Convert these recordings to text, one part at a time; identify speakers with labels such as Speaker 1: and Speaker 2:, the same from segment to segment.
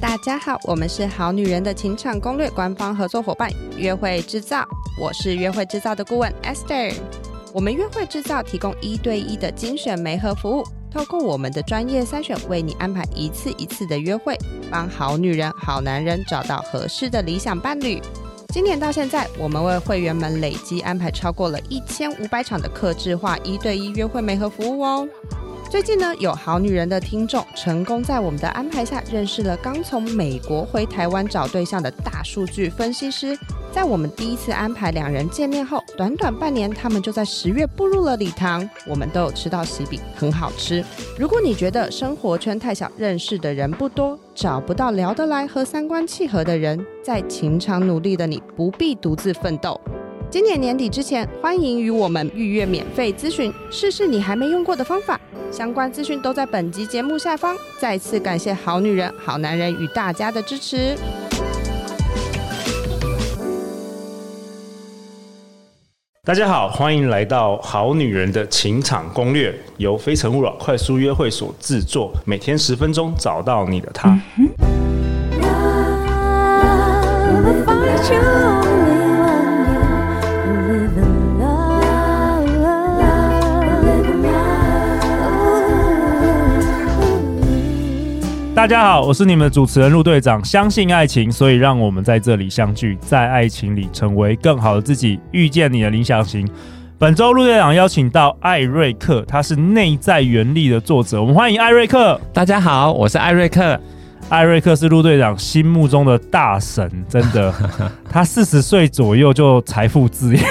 Speaker 1: 大家好，我们是好女人的情场攻略官方合作伙伴约会制造，我是约会制造的顾问 Esther。我们约会制造提供一对一的精选媒合服务，透过我们的专业筛选，为你安排一次一次的约会，帮好女人、好男人找到合适的理想伴侣。今年到现在，我们为会员们累计安排超过了一千五百场的客制化一对一约会媒合服务哦。最近呢，有好女人的听众成功在我们的安排下，认识了刚从美国回台湾找对象的大数据分析师。在我们第一次安排两人见面后，短短半年，他们就在十月步入了礼堂。我们都有吃到喜饼，很好吃。如果你觉得生活圈太小，认识的人不多，找不到聊得来和三观契合的人，在情场努力的你，不必独自奋斗。今年年底之前，欢迎与我们预约免费咨询，试试你还没用过的方法。相关资讯都在本集节目下方。再次感谢好女人、好男人与大家的支持。
Speaker 2: 大家好，欢迎来到《好女人的情场攻略》，由非诚勿扰快速约会所制作，每天十分钟，找到你的他。
Speaker 3: Love will find you, only one you live in love, live in love.
Speaker 4: 大家好，我是你们的主持人陆队长。相信爱情，所以让我们在这里相聚，在爱情里成为更好的自己，遇见你的理想型。本周陆队长邀请到艾瑞克，他是《内在原力》的作者，我们欢迎艾瑞克。
Speaker 5: 大家好，我是艾瑞克。
Speaker 4: 艾瑞克是陆队长心目中的大神，真的，他四十岁左右就财富自由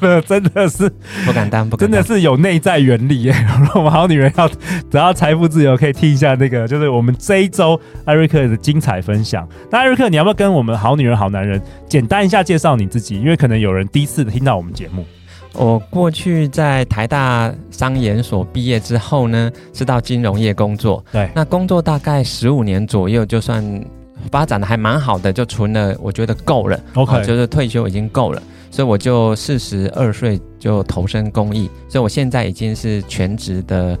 Speaker 4: 了，真的是
Speaker 5: 不敢当，不敢
Speaker 4: 真
Speaker 5: 当。
Speaker 4: 的是有内在原理耶！ 我们好女人要只要财富自由，可以听一下那个，就是我们这一周艾瑞克的精彩分享。那艾瑞克，你要不要跟我们好女人、好男人简单一下介绍你自己？因为可能有人第一次听到我们节目。
Speaker 5: 我过去在台大商研所毕业之后呢，是到金融业工作。
Speaker 4: 对
Speaker 5: 那工作大概十五年左右，就算发展的还蛮好的，就存了，我觉得够了。
Speaker 4: ，OK，、
Speaker 5: 哦就是退休已经够了，所以我就四十二岁就投身公益，所以我现在已经是全职的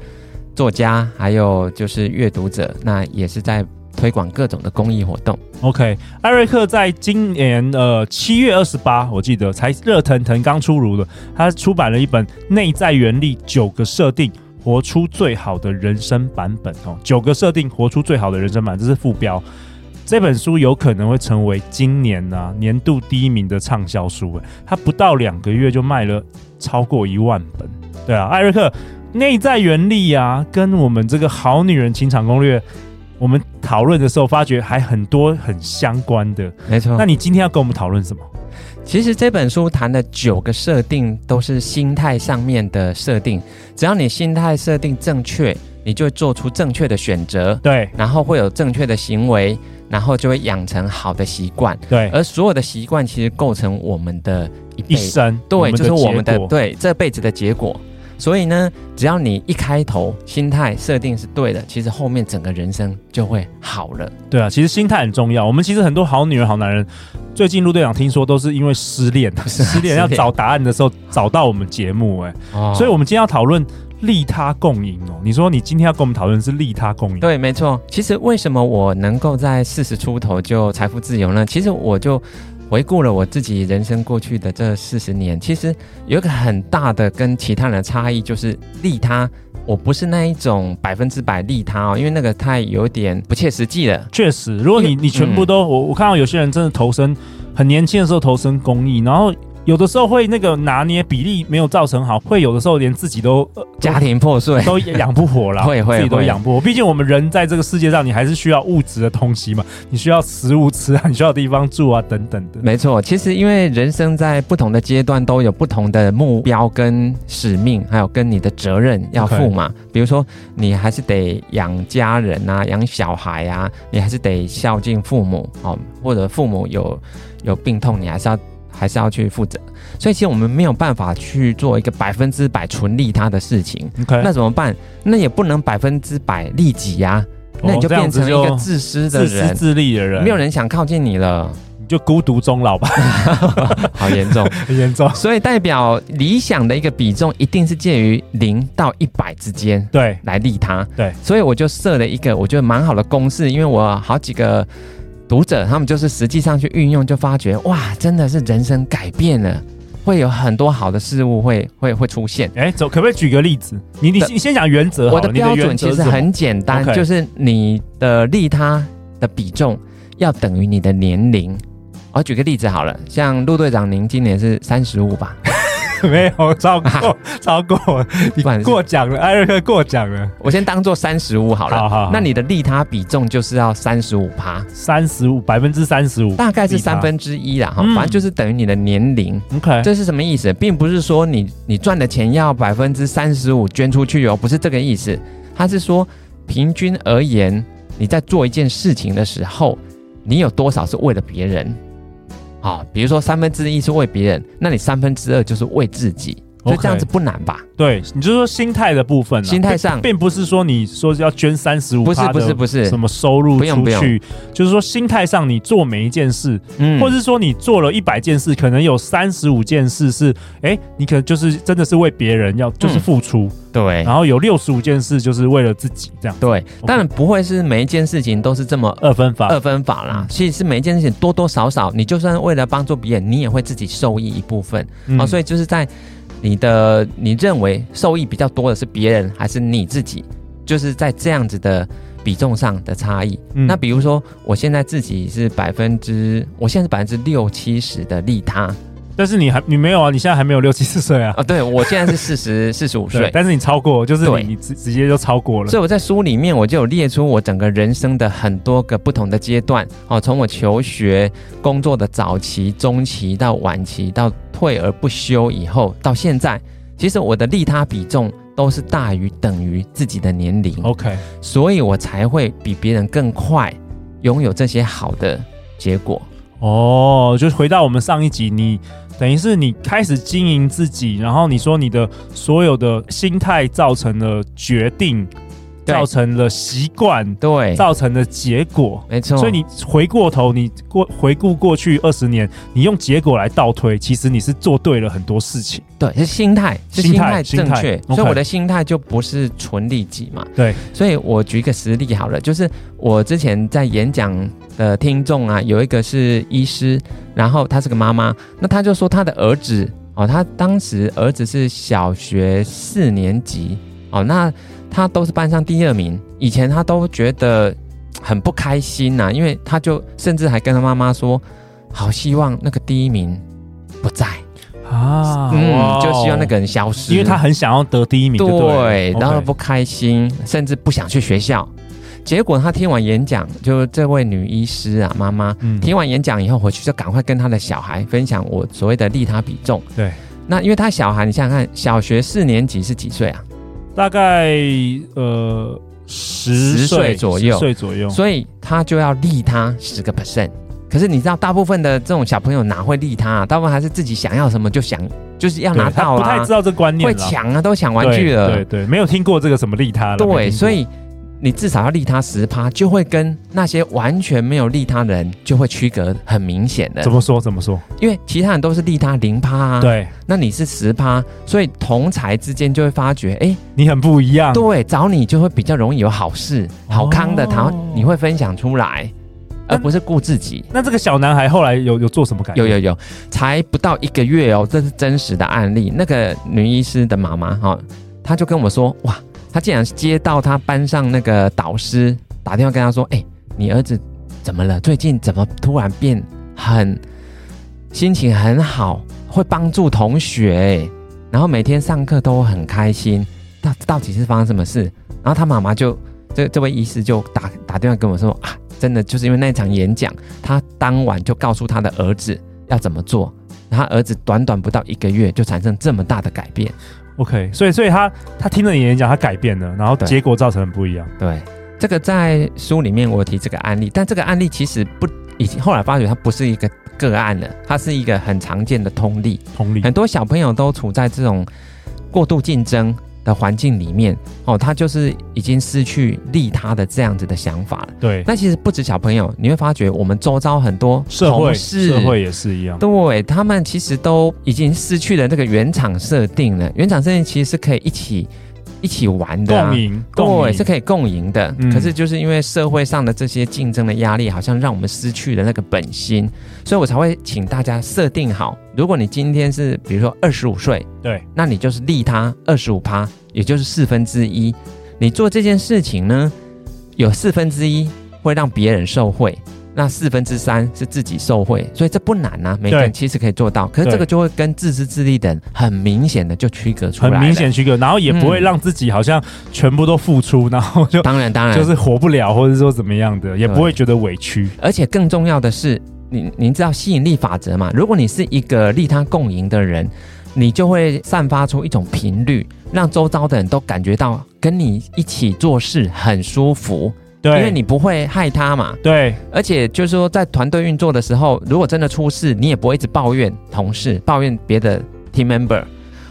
Speaker 5: 作家，还有就是阅读者，那也是在推广各种的公益活动。
Speaker 4: OK，艾瑞克在今年呃七月二十八，我记得才热腾腾刚出炉的，他出版了一本《内在原力：九个设定，活出最好的人生版本》哦，九个设定，活出最好的人生版，这是副标。这本书有可能会成为今年呢、年度第一名的畅销书，诶，它不到两个月就卖了超过一万本。对啊，艾瑞克，内在原力啊，跟我们这个好女人情场攻略，我们讨论的时候发觉还很多很相关的。
Speaker 5: 没错，
Speaker 4: 那你今天要跟我们讨论什么？
Speaker 5: 其实这本书谈的九个设定都是心态上面的设定，只要你心态设定正确，你就会做出正确的选择，
Speaker 4: 对
Speaker 5: 然后会有正确的行为，然后就会养成好的习惯。
Speaker 4: 对，
Speaker 5: 而所有的习惯其实构成我们的一辈
Speaker 4: 一生
Speaker 5: 对，就是我们
Speaker 4: 结
Speaker 5: 的
Speaker 4: 果
Speaker 5: 对这辈子的结果。所以呢，只要你一开头心态设定是对的，其实后面整个人生就会好了。
Speaker 4: 对啊，其实心态很重要。我们其实很多好女人、好男人，最近陆队长听说都是因为失 恋，
Speaker 5: 是啊
Speaker 4: 失恋要找答案的时候找到我们节目、哎、
Speaker 5: 哦
Speaker 4: 所以我们今天要讨论利他共赢哦。你说你今天要跟我们讨论是利他共赢，
Speaker 5: 对，没错。其实为什么我能够在四十出头就财富自由呢？其实我就回顾了我自己人生过去的这四十年，其实有一个很大的跟其他人的差异，就是利他。我不是那一种百分之百利他哦，因为那个太有点不切实际了。
Speaker 4: 确实，如果你你全部
Speaker 5: 嗯
Speaker 4: 都，我我看到有些人真的投身很年轻的时候投身公益，然后有的时候会那个拿捏比例没有造成好，会有的时候连自己都、呃
Speaker 5: 家庭破碎，
Speaker 4: 都养不活了，
Speaker 5: 会会
Speaker 4: 自己都
Speaker 5: 会
Speaker 4: 养不活。毕竟我们人在这个世界上，你还是需要物质的东西嘛，你需要食物吃啊，你需要地方住啊，等等的。
Speaker 5: 没错，其实因为人生在不同的阶段都有不同的目标跟使命，还有跟你的责任要负嘛。比如说，你还是得养家人啊，养小孩啊，你还是得孝敬父母哦，或者父母有有病痛，你还是要还是要去负责。所以其实我们没有办法去做一个百分之百纯利他的事情，
Speaker 4: OK，
Speaker 5: 那怎么办？那也不能百分之百利己呀、啊
Speaker 4: 哦
Speaker 5: 那你就
Speaker 4: 这样
Speaker 5: 变
Speaker 4: 子
Speaker 5: 成一个
Speaker 4: 就
Speaker 5: 自私的
Speaker 4: 自私
Speaker 5: 人，
Speaker 4: 自利的人，
Speaker 5: 没有人想靠近你了。
Speaker 4: 你就孤独终老吧，
Speaker 5: 好严重。
Speaker 4: 很严重。
Speaker 5: 所以代表理想的一个比重一定是介于零到一百之间
Speaker 4: 对，
Speaker 5: 来立它。
Speaker 4: 对，
Speaker 5: 所以我就设了一个我觉得蛮好的公式，因为我好几个读者他们就是实际上去运用，就发觉哇，真的是人生改变了，会有很多好的事物会会会出现。
Speaker 4: 哎，走，可不可以举个例子？你你
Speaker 5: 的
Speaker 4: 先先讲原则好
Speaker 5: 我
Speaker 4: 了，
Speaker 5: 的
Speaker 4: 你
Speaker 5: 标准
Speaker 4: 原则
Speaker 5: 其
Speaker 4: 是
Speaker 5: 实
Speaker 4: 什么
Speaker 5: 很简单，
Speaker 4: OK
Speaker 5: 就是你的利他的比重要等于你的年龄。我举个例子好了，像陆队长您今年是三十五吧？
Speaker 4: 没有超 过超过，你
Speaker 5: 不然是
Speaker 4: 过奖了，艾瑞克过奖了，
Speaker 5: 我先当做三十五好了。
Speaker 4: 好好好
Speaker 5: 那你的利他比重就是要三十五趴，
Speaker 4: 三十五百分之三十五
Speaker 5: 大概是
Speaker 4: 利他
Speaker 5: 三分之一啦哈，
Speaker 4: 嗯哎
Speaker 5: 反正就是等于你的年龄。
Speaker 4: ，OK，
Speaker 5: 这是什么意思？并不是说你你赚的钱要百分之三十五捐出去哦，不是这个意思。它是说平均而言，你在做一件事情的时候，你有多少是为了别人？好、比如说三分之一是为别人，那你三分之二就是为自己，就
Speaker 4: OK
Speaker 5: 这样子不难吧？
Speaker 4: 对，你就说心态的部分啊，
Speaker 5: 心态上
Speaker 4: 并并不是说你说要捐三十五，
Speaker 5: 不是不是不是
Speaker 4: 什么收入
Speaker 5: 不用
Speaker 4: 出
Speaker 5: 不用
Speaker 4: 去，就是说心态上你做每一件事，
Speaker 5: 嗯
Speaker 4: 或者是说你做了一百件事，可能有三十五件事是，哎，你可能就是真的是为别人要就是
Speaker 5: 嗯
Speaker 4: 付出，
Speaker 5: 对
Speaker 4: 然后有六十五件事就是为了自己这样，
Speaker 5: 对，当然不会是每一件事情都是这么
Speaker 4: 二分法
Speaker 5: 二哦分法
Speaker 4: 嗯
Speaker 5: 啦。其实是每一件事情多多少少，你就算为了帮助别人，你也会自己受益一部分。
Speaker 4: 嗯
Speaker 5: 哦，所以就是在你的你认为受益比较多的是别人还是你自己，就是在这样子的比重上的差异。
Speaker 4: 嗯
Speaker 5: 那比如说，我现在自己是百分之，我现在是百分之六七十的利他 啊、
Speaker 4: 但是你还你没有啊，你现在还没有六七十岁啊，
Speaker 5: 对我现在是四十四十五
Speaker 4: 对
Speaker 5: 岁，。
Speaker 4: 但是你超过，就是
Speaker 5: 对
Speaker 4: 你你直直接就超过了
Speaker 5: 所以我在书里面我就有列出我整个人生的很多个不同的阶段哦，从我求学、工作的早期、中期到晚期，到退而不休以后，到现在，其实我的利他比重都是大于等于自己的年龄，
Speaker 4: ，OK，
Speaker 5: 所以我才会比别人更快拥有这些好的结果。
Speaker 4: 哦，就是回到我们上一集，你等于是你开始经营自己，然后你说你的所有的心态造成了决定，
Speaker 5: 对
Speaker 4: 造成了习惯，
Speaker 5: 对，
Speaker 4: 造成了结果。
Speaker 5: 没错。
Speaker 4: 所以你回过头，你过回顾过去二十年，你用结果来倒推，其实你是做对了很多事情。
Speaker 5: 对，是心态，是
Speaker 4: 心
Speaker 5: 心
Speaker 4: 态
Speaker 5: 态
Speaker 4: 心
Speaker 5: 正
Speaker 4: 态
Speaker 5: 确，
Speaker 4: OK
Speaker 5: 所以我的心态就不是纯利己嘛。
Speaker 4: 对，
Speaker 5: 所以我举一个实例好了，就是我之前在演讲的听众啊，有一个是医师，然后她是个妈妈，那她就说她的儿子哦，她当时儿子是小学四年级哦，那他都是班上第二名，以前他都觉得很不开心呐、因为他就甚至还跟他妈妈说，好希望那个第一名不在。
Speaker 4: 啊哇
Speaker 5: 嗯，
Speaker 4: 哦
Speaker 5: 就希望那个人消失，
Speaker 4: 因为他很想要得第一名就了，
Speaker 5: 对，
Speaker 4: OK
Speaker 5: 然后不开心，甚至不想去学校。结果他听完演讲，就这位女医师啊，妈妈
Speaker 4: 嗯
Speaker 5: 听完演讲以后，回去就赶快跟他的小孩分享我所谓的利他比重。
Speaker 4: 对，
Speaker 5: 那因为他小孩，你想想看，小学四年级是几岁啊？
Speaker 4: 大概呃十
Speaker 5: 10岁左右
Speaker 4: 10岁左右，
Speaker 5: 所以他就要利他十个 percent。可是你知道，大部分的这种小朋友哪会利他、啊？大部分还是自己想要什么就想，就是要
Speaker 4: 对
Speaker 5: 拿
Speaker 4: 他
Speaker 5: 到
Speaker 4: 不太
Speaker 5: 啊
Speaker 4: 知，道这观念
Speaker 5: 会
Speaker 4: 啦
Speaker 5: 抢啊，都抢玩具了。
Speaker 4: 对对对，没有听过这个什么利他了。没听
Speaker 5: 对，
Speaker 4: 过
Speaker 5: 所以你至少要利他十趴，就会跟那些完全没有利他的人就会区隔很明显的
Speaker 4: 怎，么说怎么说？
Speaker 5: 因为其他人都是利他零趴啊，，
Speaker 4: 对
Speaker 5: 那你是十趴，所以同才之间就会发觉，哎、
Speaker 4: 你很不一样。
Speaker 5: 对，找你就会比较容易有好事、好康
Speaker 4: 哦
Speaker 5: 的，然后你会分享出来，而不是顾自己。
Speaker 4: 那这个小男孩后来有有做什么改变？
Speaker 5: 有有有，才不到一个月哦，这是真实的案例。那个女医师的妈妈哈、哦，她就跟我说，哇，她竟然接到她班上那个导师打电话跟她说，哎、你儿子怎么了？最近怎么突然变很心情很好，会帮助同学，然后每天上课都很开心，到到底是发生什么事？然后她妈妈就这这位医师就打打电话跟我说啊，真的就是因为那一场演讲，他当晚就告诉他的儿子要怎么做，然后他儿子短短不到一个月就产生这么大的改变。
Speaker 4: OK，所以所以他他听了你演讲，他改变了，然后
Speaker 5: 对
Speaker 4: 结果造成不一样。
Speaker 5: 对，这个在书里面我有提这个案例，但这个案例其实不已经后来发觉它不是一个个案了，它是一个很常见的通例，
Speaker 4: 同理
Speaker 5: 很多小朋友都处在这种过度竞争。的环境里面，哦，他就是已经失去利他的这样子的想法了。
Speaker 4: 对，
Speaker 5: 那其实不止小朋友，你会发觉我们周遭很多
Speaker 4: 社会
Speaker 5: 同事
Speaker 4: 社会也是一样，
Speaker 5: 对他们其实都已经失去了这个原厂设定了。原厂设定其实是可以一起一起玩的、啊，
Speaker 4: 共赢，共
Speaker 5: 对，
Speaker 4: 赢
Speaker 5: 是可以共赢的。
Speaker 4: 嗯
Speaker 5: 可是就是因为社会上的这些竞争的压力，好像让我们失去了那个本心，所以我才会请大家设定好。如果你今天是比如说二十五岁，
Speaker 4: 对，
Speaker 5: 那你就是利他二十五趴，也就是四分之一。你做这件事情呢，有四分之一会让别人受惠，那四分之三是自己受惠，所以这不难啊，每个人
Speaker 4: 对
Speaker 5: 其实可以做到。可是这个
Speaker 4: 对
Speaker 5: 就会跟自私自利的人很明显的就区隔出来
Speaker 4: 很
Speaker 5: 了
Speaker 4: 明。显区隔，然后也不会
Speaker 5: 嗯
Speaker 4: 让自己好像全部都付出，然后就
Speaker 5: 当然，当然，
Speaker 4: 就是活不了，或者说怎么样的，也不会觉得委屈。
Speaker 5: 而且更重要的是，你您知道吸引力法则嘛？如果你是一个利他共赢的人，你就会散发出一种频率，让周遭的人都感觉到跟你一起做事很舒服，
Speaker 4: 对，
Speaker 5: 因为你不会害他嘛。
Speaker 4: 对
Speaker 5: 而且就是说，在团队运作的时候，如果真的出事，你也不会一直抱怨同事、抱怨别的 team member，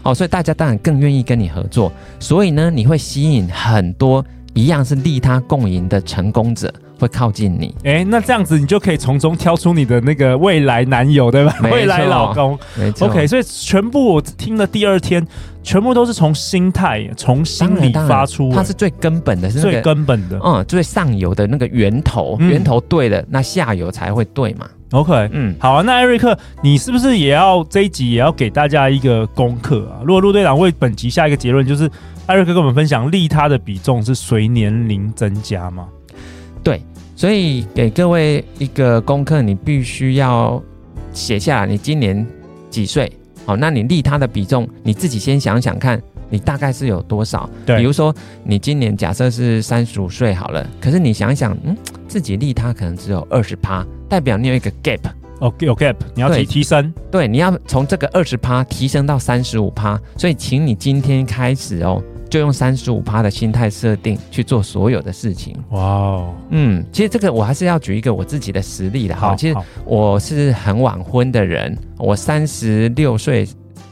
Speaker 5: 哦，所以大家当然更愿意跟你合作。所以呢，你会吸引很多一样是利他共赢的成功者会靠近你。
Speaker 4: 哎，那这样子你就可以从中挑出你的那个未来男友，对吧？
Speaker 5: 没错
Speaker 4: 未来老公。
Speaker 5: 没错
Speaker 4: OK，所以全部我听了第二天，全部都是从心态、从心
Speaker 5: 当然
Speaker 4: 理
Speaker 5: 当然
Speaker 4: 发出，
Speaker 5: 它是最根本的，是那
Speaker 4: 最
Speaker 5: 个
Speaker 4: 根本的。
Speaker 5: 嗯最上游的那个源头，
Speaker 4: 嗯
Speaker 5: 源头对了，那下游才会对嘛。
Speaker 4: OK，
Speaker 5: 嗯，
Speaker 4: 好啊，那艾瑞克，你是不是也要这一集也要给大家一个功课啊？如果陆队长为本集下一个结论，就是艾瑞克跟我们分享利他的比重是随年龄增加吗？
Speaker 5: 所以给各位一个功课，你必须要写下来你今年几岁。好，那你利他的比重，你自己先想想看，你大概是有多少？
Speaker 4: 对
Speaker 5: 比如说你今年假设是三十五岁好了，可是你想一想，嗯，自己利他可能只有二十趴，代表你有一个 gap。
Speaker 4: 哦，有 gap，你要提
Speaker 5: 对
Speaker 4: 提升，
Speaker 5: 对，你要从这个二十趴提升到三十五趴，所以请你今天开始哦，就用三十五趴的心态设定去做所有的事情。
Speaker 4: 哇哦，
Speaker 5: 嗯，其实这个我还是要举一个我自己的实例的哈。其实我是很晚婚的人，我三十六岁、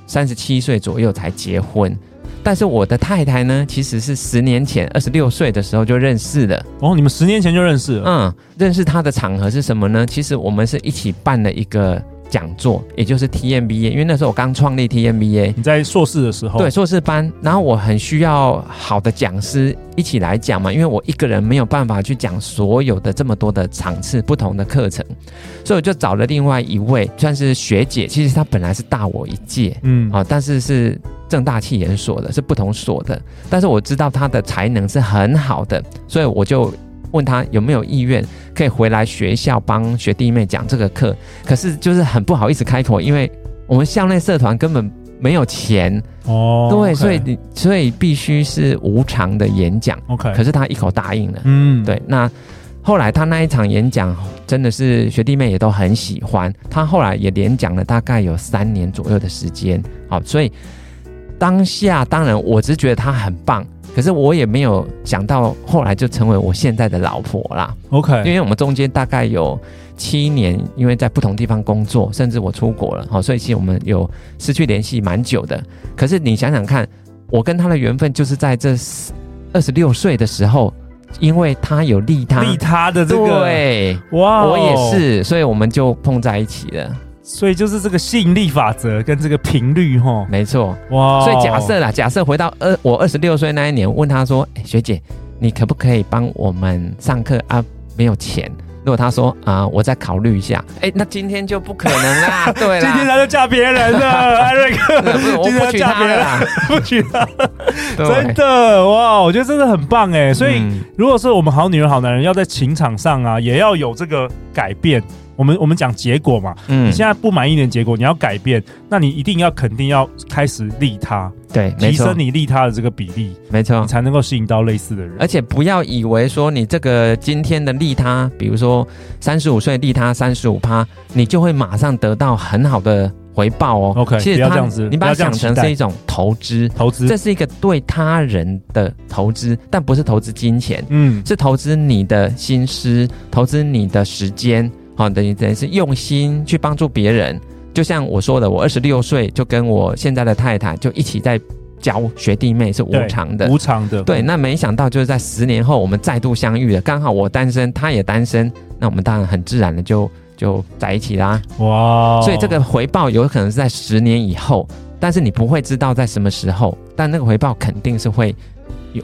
Speaker 5: 三十七岁左右才结婚，但是我的太太呢，其实是十年前二十六岁的时候就认识的。
Speaker 4: 哦，你们十年前就认识了，
Speaker 5: 嗯，认识他的场合是什么呢？其实我们是一起办了一个讲座，也就是 TMBA，因为那时候我刚创立 TMBA，
Speaker 4: 你在硕士的时候，
Speaker 5: 对，硕士班，然后我很需要好的讲师一起来讲嘛，因为我一个人没有办法去讲所有的这么多的场次、不同的课程，所以我就找了另外一位算是学姐，其实她本来是大我一届，
Speaker 4: 嗯，
Speaker 5: 啊、但是是正大气研所的，是不同所的。但是我知道他的才能是很好的，所以我就问他有没有意愿可以回来学校帮学弟妹讲这个课。可是就是很不好意思开口，因为我们校内社团根本没有钱，
Speaker 4: 哦，
Speaker 5: 对
Speaker 4: OK
Speaker 5: 所以你所以必须是无偿的演讲。
Speaker 4: OK，
Speaker 5: 可是他一口答应了。
Speaker 4: 嗯，
Speaker 5: 对，那后来他那一场演讲真的是学弟妹也都很喜欢，他后来也连讲了大概有三年左右的时间。好，所以当下当然我只是觉得他很棒，可是我也没有想到后来就成为我现在的老婆啦，因
Speaker 4: ，OK，
Speaker 5: 为我们中间大概有。七年，因为在不同地方工作，甚至我出国了，好，所以其实我们有失去联系蛮久的。可是你想想看，我跟他的缘分就是在这二十六岁的时候，因为他有利他，
Speaker 4: 利他的这个，
Speaker 5: 对，
Speaker 4: 哇哦
Speaker 5: 我也，是，所以我们就碰在一起了。
Speaker 4: 所以就是这个吸引力法则跟这个频率，哈，
Speaker 5: 没错，
Speaker 4: 哇哦，
Speaker 5: 所以假设啦，假设回到二我二十六岁那一年，问他说：“哎、学姐，你可不可以帮我们上课啊？没有钱。”如果他说啊、我再考虑一下，哎、那今天就不可能 啦，对
Speaker 4: 今天
Speaker 5: 啦，
Speaker 4: 他就嫁别人了， 艾瑞克，
Speaker 5: 不是我
Speaker 4: 今天
Speaker 5: 不
Speaker 4: 要
Speaker 5: 娶
Speaker 4: 嫁
Speaker 5: 她
Speaker 4: 别
Speaker 5: 了
Speaker 4: 人
Speaker 5: 啦，
Speaker 4: 不娶她，真
Speaker 5: 对，
Speaker 4: 的哇，哦我觉得真的很棒哎，所以
Speaker 5: 嗯
Speaker 4: 如果是我们好女人、好男人要在情场上啊，也要有这个改变。我们我们讲结果嘛，你
Speaker 5: 嗯
Speaker 4: 现在不满意你的结果，你要改变，那你一定要肯定要开始利他，
Speaker 5: 对，没
Speaker 4: 提
Speaker 5: 错
Speaker 4: 升，你利他的这个比例，
Speaker 5: 没错
Speaker 4: 你，才能够吸引到类似的人。
Speaker 5: 而且不要以为说你这个今天的利他，比如说三十五岁利他三十五趴，你就会马上得到很好的回报哦。
Speaker 4: OK，
Speaker 5: 其实
Speaker 4: 不要
Speaker 5: 它
Speaker 4: 这样子
Speaker 5: 你
Speaker 4: 不
Speaker 5: 把它
Speaker 4: 要这样
Speaker 5: 想成
Speaker 4: 期待
Speaker 5: 是一种投资，
Speaker 4: 投资
Speaker 5: 这，是一个对他人的投资，但不是投资金钱，
Speaker 4: 嗯，
Speaker 5: 是投资你的心思，投资你的时间，好、等于等于是用心去帮助别人。就像我说的，我二十六岁就跟我现在的太太就一起在教学弟妹是无
Speaker 4: 对
Speaker 5: 偿的。
Speaker 4: 无偿的，
Speaker 5: 对，那没想到就是在十年后我们再度相遇了，刚好我单身，他也单身，那我们当然很自然的就就在一起啦。
Speaker 4: 哇，哦
Speaker 5: 所以这个回报有可能是在十年以后，但是你不会知道在什么时候，但那个回报肯定是会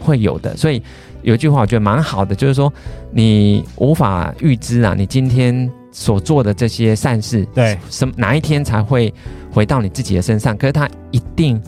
Speaker 5: 会有的。所以有一句话我觉得蛮好的，就是说你无法预知啊，你今天所做的这些善事，
Speaker 4: 对
Speaker 5: 什么哪一天才会回到你自己的身上？可是它一定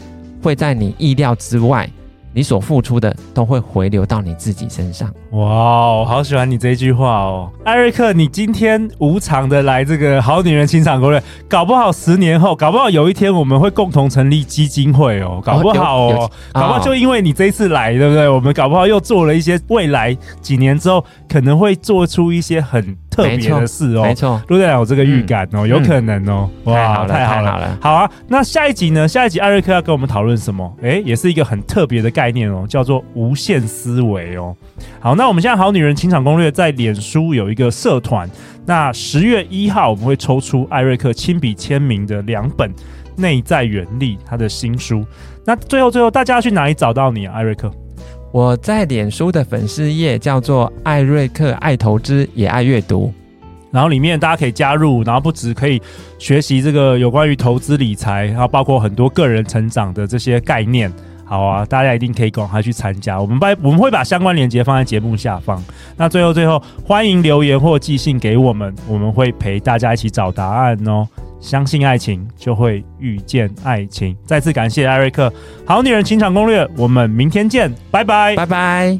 Speaker 5: 会在你意料之外，你所付出的都会回流到你自己身上。
Speaker 4: 哇哦，好喜欢你这一句话哦，艾瑞克，你今天无偿的来这个好女人情场攻略，搞不好十年后，搞不好有一天我们会共同成立基金会哦，搞不好
Speaker 5: 有有
Speaker 4: 哦，搞不好就因为你这一次来，对不对？我们搞不好又做了一些未来几年之后可能会做出一些很特别的事哦
Speaker 5: 没。错，嗯
Speaker 4: 陆队长有这个预感哦，有可能哦，
Speaker 5: 太好了，
Speaker 4: 太
Speaker 5: 太
Speaker 4: 好
Speaker 5: 好
Speaker 4: 了。
Speaker 5: 了。
Speaker 4: 好啊，那下一集呢？下一集艾瑞克要跟我们讨论什么？诶，也是一个很特别的概念哦，叫做无限思维哦。好，那我们现在好女人情场攻略在脸书有一个社团，那十月一号我们会抽出艾瑞克亲笔签名的两本《内在原力》他的新书。那最后最后，大家要去哪里找到你啊，艾瑞克？
Speaker 5: 我在脸书的粉丝页叫做艾瑞克爱投资也爱阅读，
Speaker 4: 然后里面大家可以加入，然后不止可以学习这个有关于投资理财，然后包括很多个人成长的这些概念。好啊，大家一定可以赶快去参加。我们把我们会把相关链接放在节目下方。那最后最后，欢迎留言或寄信给我们，我们会陪大家一起找答案哦。相信爱情，就会遇见爱情。再次感谢艾瑞克，《好女人情场攻略》，我们明天见，拜拜。
Speaker 5: 拜拜。